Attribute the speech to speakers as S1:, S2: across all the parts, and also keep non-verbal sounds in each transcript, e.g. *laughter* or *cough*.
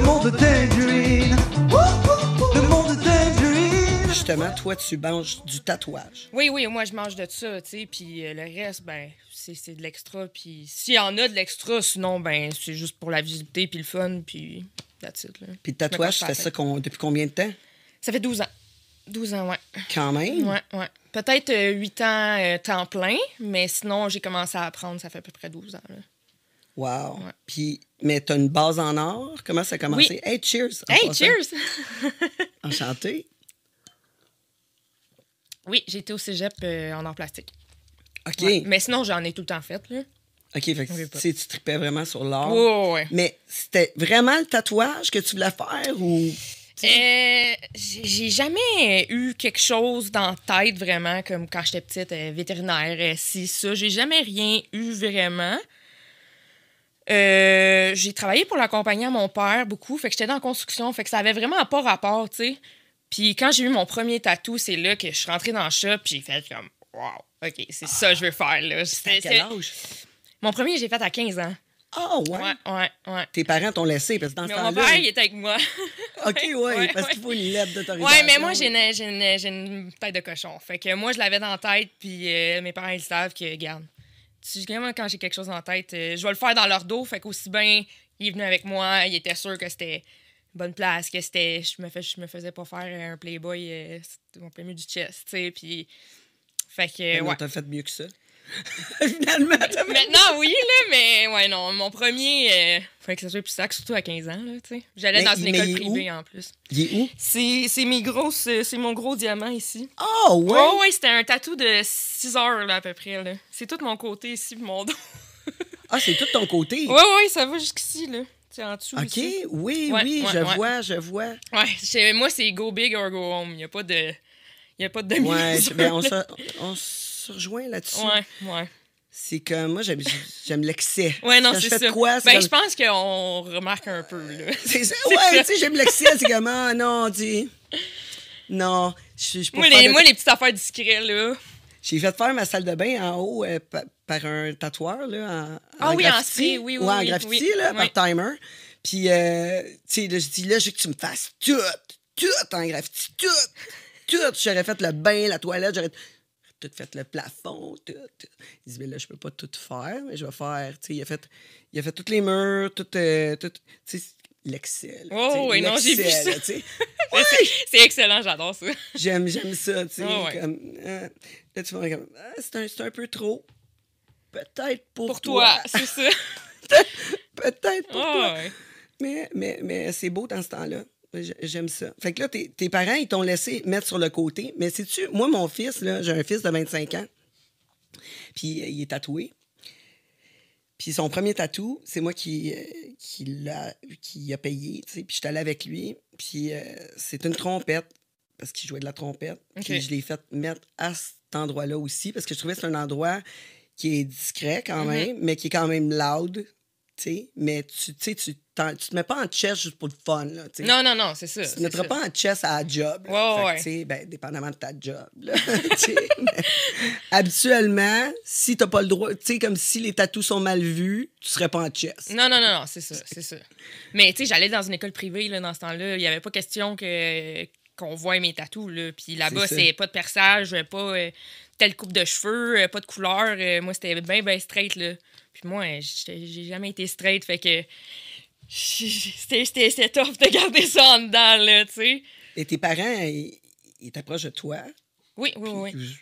S1: monde tangerine. Le monde tangerine.
S2: Justement, toi, tu manges du tatouage.
S3: Oui, oui, moi, je mange de ça, tu sais. Puis euh, le reste, ben, c'est c'est de l'extra. Puis s'il y en a de l'extra, sinon, ben, c'est juste pour la visibilité, puis le fun, puis that's it, là.
S2: Puis le
S3: Je me
S2: tatouage,
S3: cache
S2: tu
S3: pas
S2: fais
S3: la
S2: ça
S3: tête.
S2: con- depuis combien de temps?
S3: Ça fait 12 ans. 12 ans, ouais.
S2: Quand même.
S3: Ouais, ouais. Peut-être 8 ans euh, temps plein, mais sinon, j'ai commencé à apprendre, ça fait à peu près 12 ans, là.
S2: Wow.
S3: Ouais.
S2: Puis, mais tu as une base en or. Comment ça a commencé?
S3: Oui.
S2: Hey, cheers! En
S3: Hey,
S2: passant.
S3: cheers! *laughs*
S2: Enchanté.
S3: Oui, j'ai été au cégep euh, en art plastique.
S2: OK.
S3: Ouais. Mais sinon, j'en ai tout le temps fait, là.
S2: OK, fait
S3: On
S2: que
S3: veut
S2: tu
S3: pas.
S2: sais, tu tripais vraiment sur l'art.
S3: Ouais, ouais, ouais.
S2: Mais c'était vraiment le tatouage que tu voulais faire ou.
S3: Euh, j'ai j'ai jamais eu quelque chose dans la tête vraiment, comme quand j'étais petite, euh, vétérinaire, euh, si, ça. J'ai jamais rien eu vraiment. Euh, j'ai travaillé pour la compagnie à mon père beaucoup, fait que j'étais dans la construction, fait que ça avait vraiment pas rapport, tu sais. Puis quand j'ai eu mon premier tatou, c'est là que je suis rentrée dans le shop, puis j'ai fait comme, wow, ok, c'est ça que je veux faire, là.
S2: À
S3: C'était-
S2: quel
S3: c'est-
S2: âge?
S3: Mon premier, j'ai fait à 15 ans.
S2: Ah, ouais.
S3: Ouais, ouais, ouais.
S2: Tes parents t'ont laissé parce que dans
S3: Mais
S2: ce
S3: mon
S2: temps-là.
S3: père, il était avec moi.
S2: OK,
S3: *laughs*
S2: ouais,
S3: Ouais,
S2: parce qu'il
S3: ouais.
S2: faut une lettre d'autorisation.
S3: Ouais, mais moi, j'ai une, j'ai une- j'ai une tête de cochon. Fait que moi, je l'avais dans la tête, puis euh, mes parents, ils le savent que, garde, tu sais, moi, quand j'ai quelque chose en tête, euh, je vais le faire dans leur dos. Fait qu'aussi bien, il est venu avec moi, il était sûr que c'était une bonne place, que c'était. Je me, fais, je me faisais pas faire un Playboy euh, c'était mon plein milieu du chest, tu sais, puis. Fait que,
S2: Non,
S3: ouais.
S2: t'as fait mieux que ça. *laughs* Finalement, t'as fait.
S3: Maintenant, oui, là, mais ouais, non, mon premier, euh, fait que ça soit plus sac, surtout à 15 ans, là, tu sais. J'allais
S2: Mais-
S3: dans une
S2: mais
S3: école
S2: il est où?
S3: privée, en plus.
S2: Il est où?
S3: C'est c'est mes grosses, euh, c'est mon gros diamant ici.
S2: Ah, ouais.
S3: Ouais, ouais, c'était un tatou de 6 heures, là, à peu près, là. C'est tout mon côté ici,
S2: *laughs*
S3: puis mon dos.
S2: Ah, c'est tout ton côté.
S3: Ouais, ouais, ça va jusqu'ici, là. C'est en dessous.
S2: OK,
S3: ici.
S2: oui,
S3: Ouais,
S2: oui,
S3: ouais,
S2: je
S3: ouais.
S2: vois, je vois.
S3: Ouais, chez moi, c'est go big or go home. Y a pas de. Y a pas de demi *laughs*
S2: Ouais, je- ben, on, se, on se rejoint là-dessus.
S3: Ouais, ouais.
S2: C'est comme, moi, j'aime- j'aime l'excès.
S3: Ouais, non,
S2: Quand je
S3: c'est
S2: fais de
S3: ça.
S2: quoi? c'est
S3: ben,
S2: comme-
S3: je pense qu'on remarque un peu, là.
S2: *laughs* *laughs* C'est ça, ouais, tu sais, j'aime l'excès, c'est comme, ah non, dis. Non, je je peux
S3: Moi,
S2: faire
S3: les,
S2: de-
S3: moi, les petites affaires discrètes, là.
S2: J'ai fait faire ma salle de bain en haut euh, pa- par un tatoueur, là, en,
S3: Ah oui, en spray, oui, oui,
S2: Ouais, en
S3: oui,
S2: graffiti,
S3: oui,
S2: là,
S3: oui.
S2: par timer. Puis, euh, tu sais, là, je dis, là, je veux que tu me fasses tout, tout en graffiti, tout, tout. J'aurais fait le bain, la toilette, j'aurais tout fait le plafond, tout. tout. Il dit, mais là, je peux pas tout faire, mais je vais faire, tu sais, il a fait, il a fait tous les murs, tout, euh, tout, tu sais, l'excel.
S3: Oh, oui, non, j'ai vu ça. *laughs*
S2: Ben,
S3: C'est excellent, j'adore ça.
S2: J'aime, j'aime ça, tu sais.
S3: Ah ouais.
S2: comme, euh, là, tu vas comme, ah, c'est un, c'est un peu trop. Peut-être pour,
S3: Pour toi, c'est ça.
S2: *laughs* Peut-être pour
S3: Ah,
S2: toi.
S3: ouais.
S2: Mais, mais, mais c'est beau dans ce temps-là. J- J'aime ça. Fait que là, tes, tes parents, ils t'ont laissé mettre sur le côté. Mais sais-tu, moi, mon fils, là, j'ai un fils de 25 ans. Puis euh, il est tatoué. Puis son premier tatou, c'est moi qui, euh, qui l'a qui a payé, tu sais. Puis je suis allée avec lui. Puis euh, c'est une trompette, parce qu'il jouait de la trompette. Puis
S3: Ok.
S2: je l'ai fait mettre à cet endroit-là aussi, parce que je trouvais que c'est un endroit qui est discret quand
S3: Mhm.
S2: même, mais qui est quand même loud, tu sais. Mais tu tu sais, tu, t'en- tu te mets pas en chest juste pour le fun, là, tu sais.
S3: Non, non, non, c'est ça.
S2: Tu
S3: c'est
S2: ne mettras
S3: ça.
S2: pas en chess à la job. là.
S3: Ouais, ouais,
S2: Fait que, tu sais, ben, dépendamment de ta job. là. *laughs* Tu sais, mais habituellement, si t'as pas le droit, tu sais, comme si les tatous sont mal vus, tu serais pas en chess.
S3: Non, non, non, non, c'est ça, c'est ça. Mais tu sais, j'allais dans une école privée là, dans ce temps-là. Il n'y avait pas question que qu'on voie mes tatous. Là. Puis là-bas,
S2: C'est ça.
S3: c'est pas de perçage, pas euh, telle coupe de cheveux, euh, pas de couleur. Euh, moi, c'était bien, bien straight. Là. Puis moi, euh, j'étais- j'ai jamais été straight. Fait que j'ai- j'ai- c'était c'était- c'était tough de garder ça en dedans, là, tu sais.
S2: Et tes parents, ils ils t'approchent de toi.
S3: Oui, oui, oui.
S2: Puis,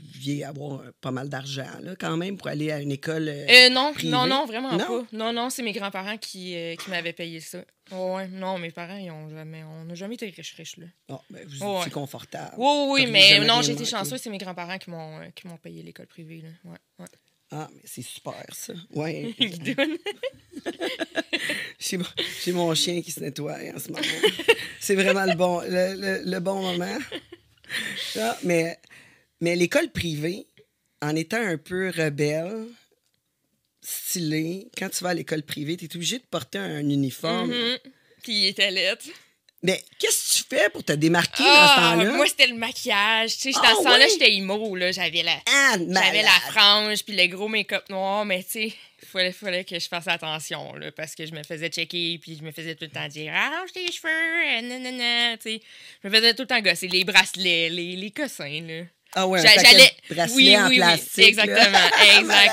S2: Vous deviez avoir euh, pas mal d'argent, là, quand même, pour aller à une école. euh,
S3: Euh, non,
S2: privé?
S3: non, non, vraiment
S2: Non?
S3: pas. Non, non, c'est mes grands-parents qui, euh, qui m'avaient payé ça. Ouais, ouais, non, mes parents, ils ont jamais, on n'a jamais été riches-riches, là.
S2: bon, ben, vous
S3: Ouais.
S2: étiez confortable.
S3: Oui, oui, oui,
S2: T'aurais
S3: mais
S2: jamais
S3: non,
S2: rien
S3: j'ai été
S2: manqué.
S3: chanceux, c'est mes grands-parents qui m'ont euh, qui m'ont payé l'école privée. Là. Ouais, ouais.
S2: Ah, mais c'est super, ça.
S3: *laughs*
S2: Ouais.
S3: Guidoune.
S2: J'ai mon- j'ai mon chien qui se nettoie en ce moment. C'est vraiment le bon, le, le- le bon moment. Ça, mais mais l'école privée, en étant un peu rebelle, stylée, quand tu vas à
S3: Mm-hmm.
S2: l'école privée, tu es obligé de porter un uniforme.
S3: Mhm. Puis il était lettre.
S2: Mais qu'est-ce que tu fais pour te démarquer
S3: Ah,
S2: dans ce temps-là?
S3: moi, c'était le maquillage. Tu sais,
S2: Ah,
S3: dans ce temps-là,
S2: ouais?
S3: j'étais emo. Là. J'avais, la,
S2: Ah, malade.
S3: j'avais la frange puis le gros make-up noir, mais tu sais, fallait, fallait que je fasse attention là, parce que je me faisais checker puis je me faisais tout le temps dire Arrange tes cheveux, euh, nanana. Tu sais, je me faisais tout le temps gosser les bracelets, les, les cossins. Là.
S2: Ah ouais, un
S3: J'a-
S2: paquet de
S3: J'allais.
S2: bracelets
S3: oui,
S2: en
S3: oui,
S2: plastique, là.
S3: oui.
S2: *laughs* Ah,
S3: Exactement.
S2: Malade.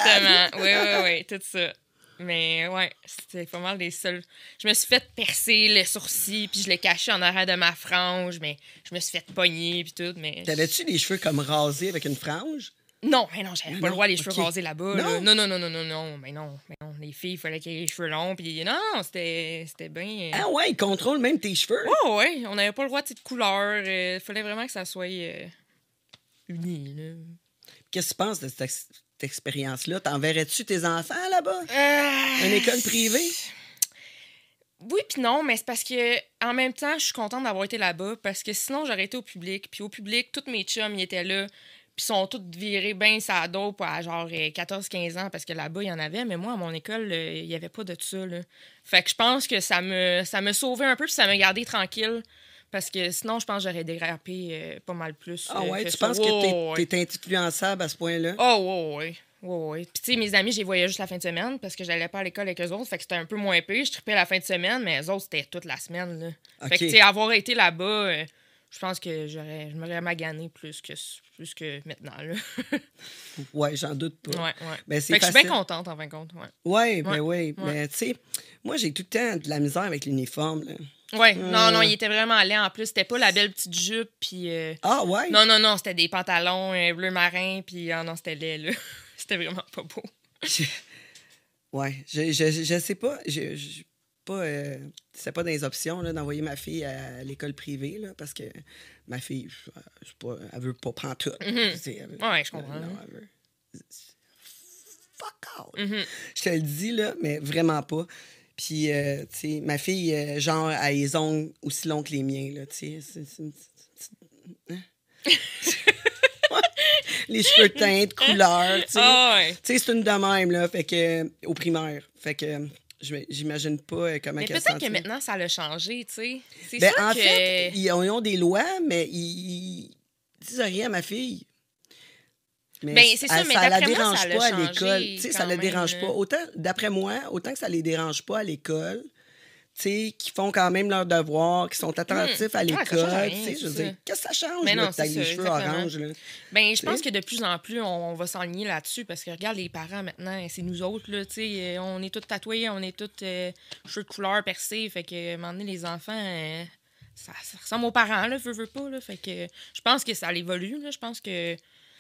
S3: exactement. Oui, oui, oui. Tout ça. Mais ouais, c'était pas mal les seuls. Je me suis fait percer le sourcil, puis je l'ai caché en arrière de ma frange, mais je me suis fait pogner, puis tout. Mais.
S2: T'avais-tu les cheveux comme rasés avec une frange?
S3: Non, mais non, j'avais
S2: Ah
S3: pas
S2: non,
S3: le droit les cheveux
S2: ok.
S3: rasés
S2: Non?
S3: là-bas. là. Non. non, non, non, non, non, mais non, mais non. Les filles, il fallait qu'elles aient les cheveux longs, puis non, non, c'était c'était bien. euh,
S2: Ah ouais, ils contrôlent même tes cheveux.
S3: Oh, ouais, on n'avait pas le droit de cette couleur. Il fallait vraiment que ça soit euh, uni, là.
S2: Qu'est-ce que tu penses de cette, ex- cette expérience-là? T'enverrais-tu tes enfants là-bas? Une école privée?
S3: Oui, puis non, mais c'est parce que en même temps, je suis contente d'avoir été là-bas parce que sinon, j'aurais été au public. Puis au public, tous mes chums, ils étaient là. Puis sont tous virés ben ça dope à genre euh, 14-15 ans parce que là-bas, il y en avait. Mais moi, à mon école, euh, il n'y avait pas de ça. Là. Fait que je pense que ça me, ça me sauvait un peu puis ça me gardait tranquille. Parce que sinon, je pense que j'aurais dérapé euh, pas mal plus.
S2: Ah
S3: euh,
S2: ouais, tu
S3: ça.
S2: penses
S3: Ouais, ouais,
S2: que
S3: ouais.
S2: t'es- t'es influençable à ce point-là?
S3: Oh, ouais, ouais. Ouais, ouais. Puis, tu sais, mes amis, je les voyais juste la fin de semaine parce que j'allais pas à l'école avec eux autres. Fait que c'était un peu moins pire. Je tripais la fin de semaine, mais eux autres, c'était toute la semaine, là. Fait
S2: Ok.
S3: que, tu sais, avoir été là-bas, euh, je pense que j'aurais, je m'aurais magané plus que, plus que maintenant, là.
S2: Ouais, j'en doute pas.
S3: Oh. *laughs* ouais, ouais.
S2: Ben, c'est
S3: fait que je suis
S2: facile.
S3: bien contente, en fin de compte. Ouais.
S2: Ouais, ben oui.
S3: Ouais, ouais.
S2: Mais tu sais, moi, j'ai tout le temps de la misère avec l'uniforme. là.
S3: Ouais, non,
S2: Euh.
S3: non, il était vraiment laid en plus. C'était pas la belle petite jupe, puis. euh,
S2: Ah ouais?
S3: Non, non, non, c'était des pantalons euh, bleu marin, puis. Ah non, c'était laid, là. *laughs* c'était vraiment pas beau.
S2: Ouais, je, je, je sais pas. Je, je- pas euh, c'est pas dans les options là, d'envoyer ma fille à l'école privée là, parce que ma fille, je, je sais pas, elle veut pas prendre tout. Tu sais, elle veut-
S3: Mm-hmm. Ouais, je comprends.
S2: Non, elle veut- Fuck out!
S3: Mm-hmm.
S2: Je te le dis, là, mais vraiment pas. Puis, euh, tu sais, ma fille, euh, genre, elle a les ongles aussi longs que les miens, là, tu sais. c'est- c'est une petite- petite-
S3: *laughs*
S2: hein? les cheveux teintes, couleurs, tu sais.
S3: Ah, ouais.
S2: Tu sais, c'est une de même, là, fait que, euh, au primaire. Fait que, euh, je me- j'imagine pas euh, comment
S3: Mais
S2: qu'elle se
S3: peut-être que
S2: sentirait.
S3: maintenant, ça l'a changé, tu sais. C'est
S2: Ben,
S3: sûr
S2: en
S3: que...
S2: fait, ils ont, ils ont des lois, mais ils, ils disent rien à ma fille. Mais
S3: Ben, c'est ça,
S2: elle-
S3: mais
S2: ça la
S3: d'après moi,
S2: dérange
S3: ça l'a
S2: pas à
S3: changé
S2: l'école. Tu sais, ça
S3: quand
S2: la
S3: même,
S2: dérange
S3: là.
S2: pas. Autant, d'après moi, autant que ça les dérange pas à l'école, tu sais, qui font quand même leurs devoirs, qui sont attentifs à
S3: Ouais, Hmm. Ah, ça change
S2: l'école,
S3: rien,
S2: tu sais, je veux
S3: c'est ça.
S2: dire, qu'est-ce que ça change,
S3: Mais
S2: là,
S3: non,
S2: que t'as
S3: c'est
S2: les
S3: ça,
S2: cheveux
S3: exactement.
S2: oranges, là?
S3: Ben, je
S2: Tu
S3: pense
S2: sais?
S3: que de plus en plus, on, on va s'enligner là-dessus parce que regarde les parents maintenant, c'est nous autres, là, tu sais, euh, on est tous tatoués, on est tous euh, cheveux de couleur percés, fait que, euh, à un moment donné, les enfants, euh, ça, ça ressemble aux parents, là, veux, veux pas, là, fait que euh, je pense que ça évolue, là, je pense que,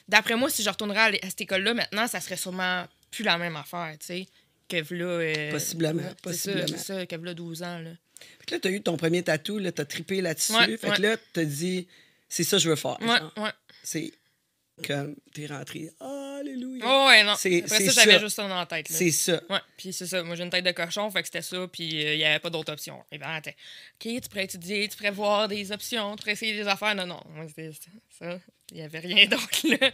S3: d'après moi, si je retournerais à, l'é- à cette école-là maintenant, ça serait sûrement plus la même affaire, tu sais, que v'là... euh,
S2: Possiblement,
S3: c'est ça,
S2: possiblement.
S3: C'est ça, que v'là 12 ans, là.
S2: Fait que là, t'as eu ton premier tatou, là, t'as trippé là-dessus,
S3: Ouais,
S2: fait que
S3: ouais.
S2: là, t'as dit, c'est ça que je veux faire. genre.
S3: Ouais, ouais.
S2: C'est comme, t'es rentré, alléluia.
S3: Oh, ouais, non.
S2: C'est-
S3: Après
S2: c'est
S3: ça, j'avais
S2: ça.
S3: juste ça en tête, là.
S2: C'est ça.
S3: Ouais, puis c'est ça. Moi, j'ai une tête de cochon, fait que c'était ça, puis euh, il y avait pas d'autre option. Et ben, attends. OK, tu pourrais étudier, tu pourrais voir des options, tu pourrais essayer des affaires. Non, non, moi, c'était ça. Il y avait rien *laughs* d'autre, là.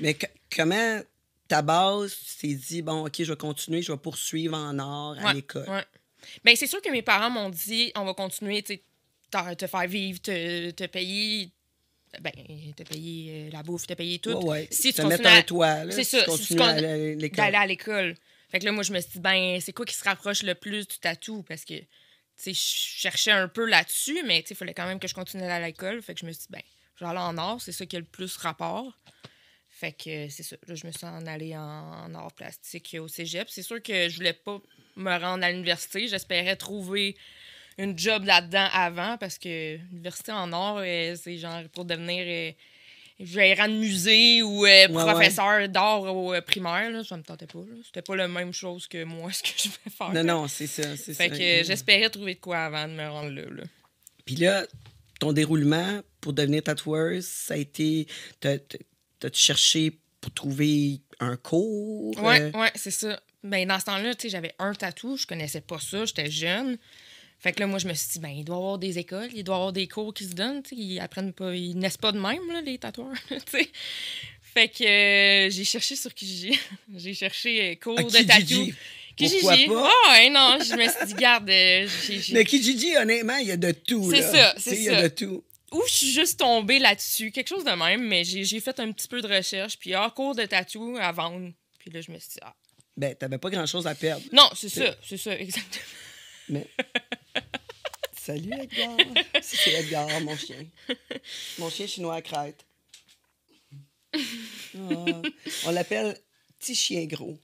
S2: Mais co- comment ta base, tu t'es dit, bon, OK, je vais continuer, je vais poursuivre en art à
S3: Ouais,
S2: l'école.
S3: ouais. Ben, c'est sûr que mes parents m'ont dit, on va continuer, tu sais, t'en- te faire vivre, te, te payer... Ben, te payer euh, la bouffe, te payer tout.
S2: Ouais, ouais.
S3: Si tu
S2: te mettre
S3: continues à-
S2: un toit, là,
S3: C'est
S2: si
S3: ça,
S2: tu
S3: si tu
S2: continues à
S3: con-
S2: aller à l'école.
S3: d'aller à l'école. Fait que là, moi, je me suis dit, ben, c'est quoi qui se rapproche le plus du tatou? Parce que, tu sais, je cherchais un peu là-dessus, mais, tu sais, il fallait quand même que je continue à aller à l'école. Fait que je me suis dit, ben, je vais aller en art, c'est ça qui a le plus rapport. Fait que, euh, c'est ça. Là, je me suis en allée en, en art plastique au cégep. C'est sûr que je voulais pas me rendre à l'université. J'espérais trouver une job là-dedans avant parce que l'université en art, euh, c'est genre pour devenir euh, gérant de musée ou euh, professeur d'art au euh, primaire. Là, ça me tentait pas. là. C'était pas la même chose que moi, *laughs* ce que je vais faire.
S2: Non, non, c'est ça. c'est
S3: Fait
S2: ça.
S3: que euh, j'espérais trouver de quoi avant de me rendre là. là.
S2: Puis là, ton déroulement pour devenir tatoueuse, ça a été. t'as- t'as- T'as-tu cherché pour trouver un cours?
S3: Ouais,
S2: euh,
S3: ouais, c'est ça. Ben, dans ce temps-là, tu sais, j'avais un tatou, je connaissais pas ça, j'étais jeune. Fait que là, moi, je me suis dit, ben, il doit y avoir des écoles, il doit y avoir des cours qui se donnent, tu sais, ils apprennent pas, ils naissent pas de même, là, les tatoueurs, *laughs* tu sais. Fait que euh, *laughs* j'ai cherché sur Kijiji. j'ai cherché euh, cours
S2: à
S3: de tatou.
S2: Kijiji. Ah, Pourquoi
S3: Kijiji.
S2: pas?
S3: Ah, ouais, non, je me suis dit, garde, euh, j'ai- j'ai-
S2: Mais Kijiji, honnêtement, il y a de tout.
S3: C'est
S2: là.
S3: ça,
S2: Tu
S3: c'est
S2: sais, Il y a de
S3: ça.
S2: tout.
S3: Ou je suis juste tombée là-dessus, quelque chose de même, mais j'ai j'ai fait un petit peu de recherche, puis hors cours de tatou à vendre. Puis là, je me suis dit, ah.
S2: Ben, t'avais pas grand-chose à perdre.
S3: Non, c'est ça, c'est ça, exactement. *laughs*
S2: Mais... Salut Edgar. Ça, C'est Edgar, mon chien. Mon chien chinois à crête. Ah, on l'appelle petit chien gros.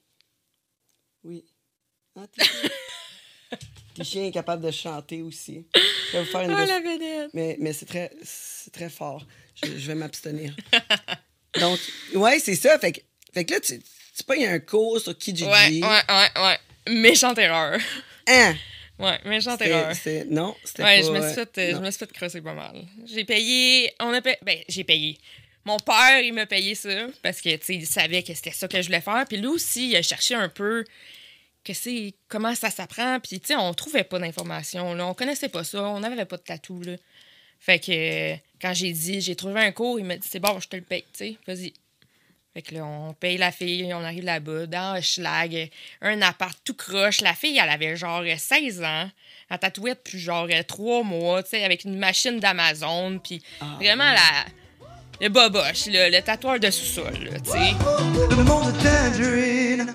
S2: Oui. Ah, petit chien.
S3: *laughs*
S2: Petit chien est capable de chanter aussi. Je vais vous faire une
S3: Ah,
S2: description.
S3: la vedette!
S2: Mais, mais c'est très, c'est très fort. Je, je vais m'abstenir. *laughs* Donc, ouais, c'est ça. Fait que, fait que là, tu, tu payes un cours sur Kijiji.
S3: Ouais, ouais, ouais, ouais. Méchante erreur.
S2: Hein?
S3: Ouais, méchante
S2: C'était-
S3: erreur.
S2: c'était- Non, c'était
S3: Ouais,
S2: pas...
S3: je me
S2: euh,
S3: suis fait, euh, je
S2: non.
S3: me suis fait crosser pas mal. J'ai payé, on a payé, ben, j'ai payé. Mon père, il m'a payé ça parce que, tu sais, il savait que c'était ça que je voulais faire. Puis lui aussi, il a cherché un peu que c'est, comment ça s'apprend. Puis, tu sais, on trouvait pas d'informations, là. On connaissait pas ça. On n'avait pas de tatou, là. Fait que, euh, quand j'ai dit, j'ai trouvé un cours, il m'a dit, c'est bon, je te le paye, tu sais, vas-y. Fait que là, on paye la fille, on arrive là-bas, dans Schlag, un appart tout croche. La fille, elle avait genre 16 ans, à tatouette, puis genre 3 mois, tu sais, avec une machine d'Amazon, puis vraiment la. Le boboche, le, le tatoueur de sous-sol, là, tu sais.
S1: Le monde tangerine.